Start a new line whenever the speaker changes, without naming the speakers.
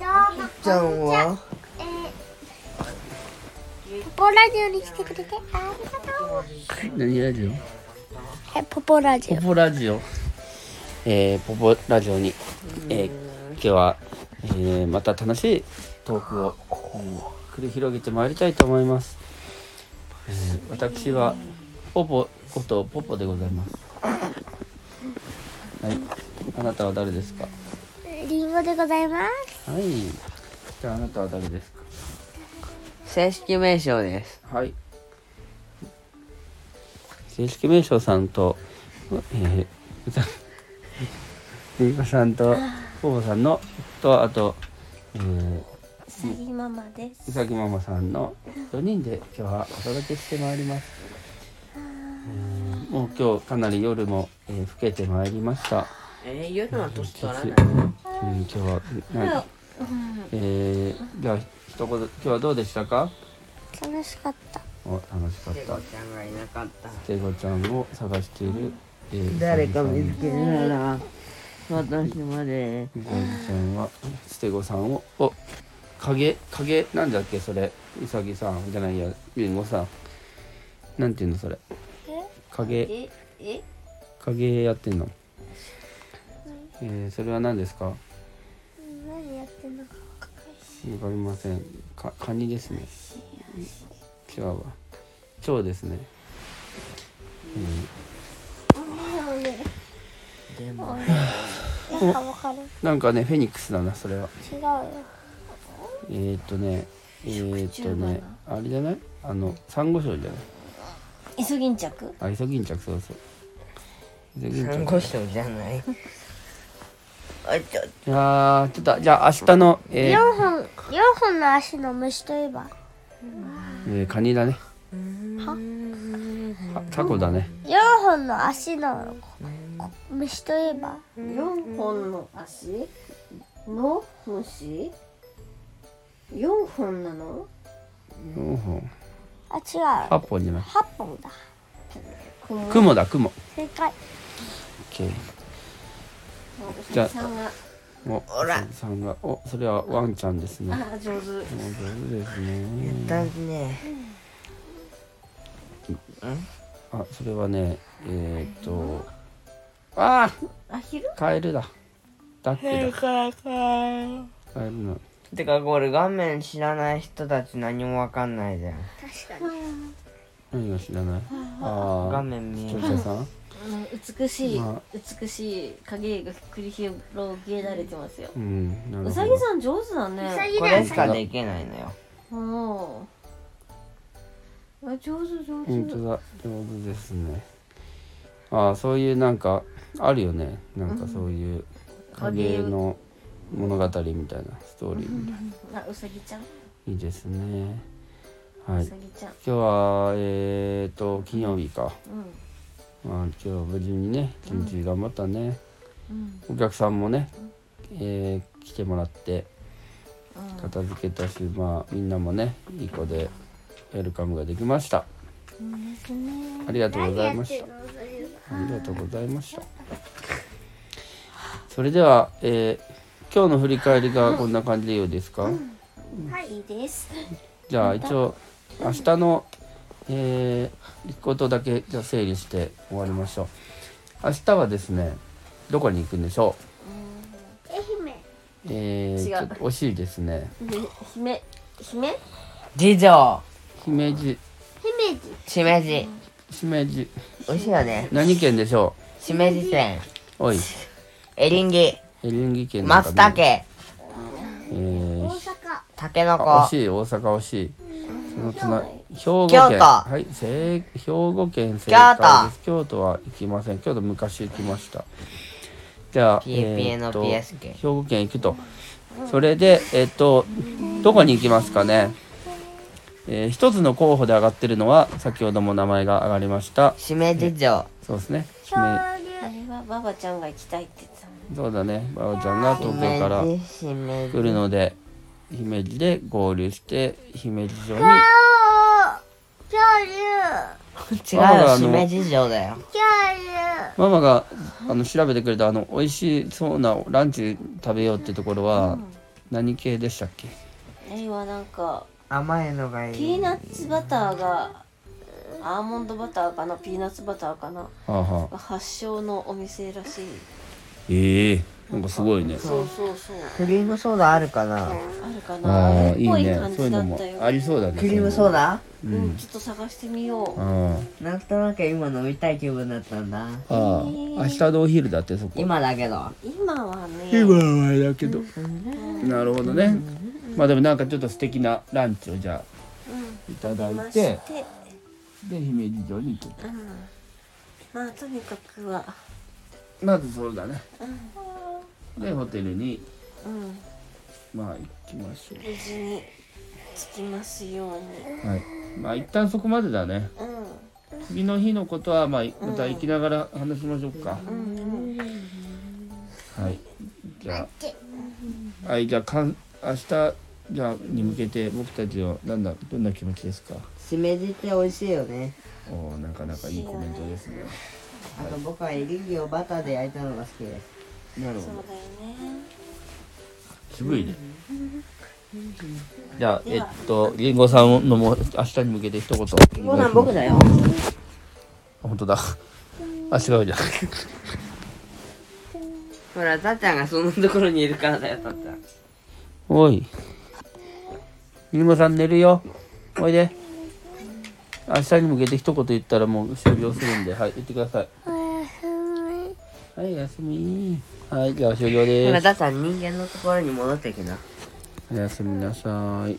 ちゃんは
えーポポラジオに来てくれてありがとう。
何ラジオ
え、ポポラジ
ポ。ポラジオえー、ポポラジオに、えー、今日は、えー、また楽しいトークを、うん繰り広げてまいりたいと思います、えー私はポポことポポでございますはいあなたは誰ですか
リンゴでございます。
はいじゃああなたは誰ですか
正式名称です
はい正式名称さんとえー、歌 りんごさんとポポさんのとあと、えー
うさぎママです。
うさぎママさんの4人で今日はお届けしてまいります。えーもう今日かなり夜も、えー、更けてまいりました。
えー、夜は年取らない
うん、今日は、なえー、では一言今日はどうでしたか？
楽しかった。
お楽しかっ
ペ
た
コ。ちゃんがいなかった
テゴちゃんを探している、えー、
誰か
うさぎさん
見つけなら私まで
うさぎちゃんはステゴさんをお影影なんだっけそれうさぎさんじゃないやりんごさんなんていうのそれ影影やってんのえー、それは何ですかわ
何やってんのかわか
かりませんかカニですね違うわ蝶ですね
んない。
でも
なんかわかる。
なんかねフェニックスだなそれは
違うよ。
えー、っとねえー、っとねあれじゃないあのサンゴ礁じゃない
イソギンチャク
あイソギンチャクそうそうイソギンチ
サ
ャ
ン
ク
ゴ礁じゃないあちょ
いやーちょっとじゃあ明日の、え
四
ー
本、四本の足の虫といえば。
えーカニだねはタコだね
四本の足のここ虫といえば。
4本の足の虫4本なの
4本
あ、違う。
8本じゃない
八本だ。
雲だ雲
正解。
OK じゃあ
さんが
お、らさんが、お、それはワンちゃんですね。もう
あ上
上手
手
ですね。
だね
あ、それはね、えー、っと、あ
アヒル
ー、カエルだ。だっけだ。カエルの。
てかこれ画面知らない人たち何もわかんないじゃん
何が知らない。あ
画
あ、
面見え
視聴
る
者さん。
美しい
ま
美しい影が繰り広げられてますよ
うん、なる
う
ほ
さぎ
ど。
さん上手だね
うさぎ
これしかできないのよ
うんあ上手上手、
本当だ、上手ですね。ああ、そういうなんか、あるよね。なんかそういう、影の物語みたいな、ストーリーみたいな。
あうさぎちゃんう
いいですね。はい
さ。ぎちゃん
今日はえー、と金曜日か、
うん
まあ、今日は無事にね一日頑張ったね、お客さんもね、えー来てもらって片付けたし、まあみんなもねいい子でウェルカムができましたありがとうございましたありがとうございましたそれでは、えー今日の振り返りがこんな感じでいいですか、
はいいいです
じゃあ一応明日の、えーことだけじゃあ整理して終わりましょう明日はですねどこに行くんでしょ
愛媛。
うえー、
違
ち
う
ょっと惜しいですね
姫姫
次女
姫路
姫路。
しめじ
しめじ
美味しいよね
何県でしょ
しめじ線
うおい
エリンギ
エリンギ県なんか
松茸
えー
大阪。
タケノ
あ惜
コ
しい大阪惜しいそのつな兵
京
庫県
都
はい正兵庫県正解です京都は行きません京都昔行きましたじゃあ
ピエピエの
えーと
PSK
兵庫県行くとそれでえっ、とどこに行きますかねえー一つの候補で上がってるのは先ほども名前が上がりました
しめじ城
そうですね
恐
姫
竜。
あれはババちゃんが行きたいって言ってたも
そ
ん
うだねばおちゃんが
し
東京から
めじしめ
来
じ
るので姫路で合流して姫路城に
おー恐竜。
違う
あら
よ
あの
しめじ城だよ
恐竜。
ママがあの調べてくれたあの美味しそうなランチ食べようってところは、何系でしたっけ
えはなんか
甘いのがいい
ピーナッツバターがアーモンドバターかなピーナッツバターかな
はあ、はあ、
が発祥のお店らしい
ええなんかすごいね
そうそうそう
クリームソーダあるかな
あるかな
あ
あ
あ
れ
い
っ
い
ぽい
ねそう
感
い
じ
う
だ
の
っ
も
たよ
ありそうだね
クリームソー
ダ
ダ
うん、ちょっと探してみよう
あ
なんとなく今飲みたい気分だったんだ
あああ明日のお昼だってそこ
今だけど
今はね
今はあれだけど、なるほどね、まあでもなんかちょっと素敵なランチをじゃあいただ
ま
い
して
て、で姫路城に行く
まあとにかくは
まずそうだね、でホテルに
うん
まあ行きましょ
無事に着きますように
うはいまあ一旦そこまでだね
う
次の日のことはまあまた行きながら話しましょうか、
んうん
はいじゃあはいじゃあかん明日じゃあに向けて僕たちはなんだどんな気持ちですか
しめじって美味しいよね
おーなかなかいいコメントですね
あと僕はエリンギをバターで焼いたのが好きです
なるほ
そう
ど
だよね
渋いね。じゃあ、えっと、りんごさんのも明日に向けて一言。りんごさん僕だよ。本当だ。 あ、違うじゃん。
ほら、たっちゃんがそんなところにいるからだよ、たっちゃん。
おい。りんごさん寝るよ。おいで。明日に向けて一言言ったらもう終了するんで、はい、言ってください。
おやすみ。
はい、おやすみ。はい、じゃあ終了
ほ
で
ら
す。
ダさん人間のところに戻ってきな
おやすみなさい。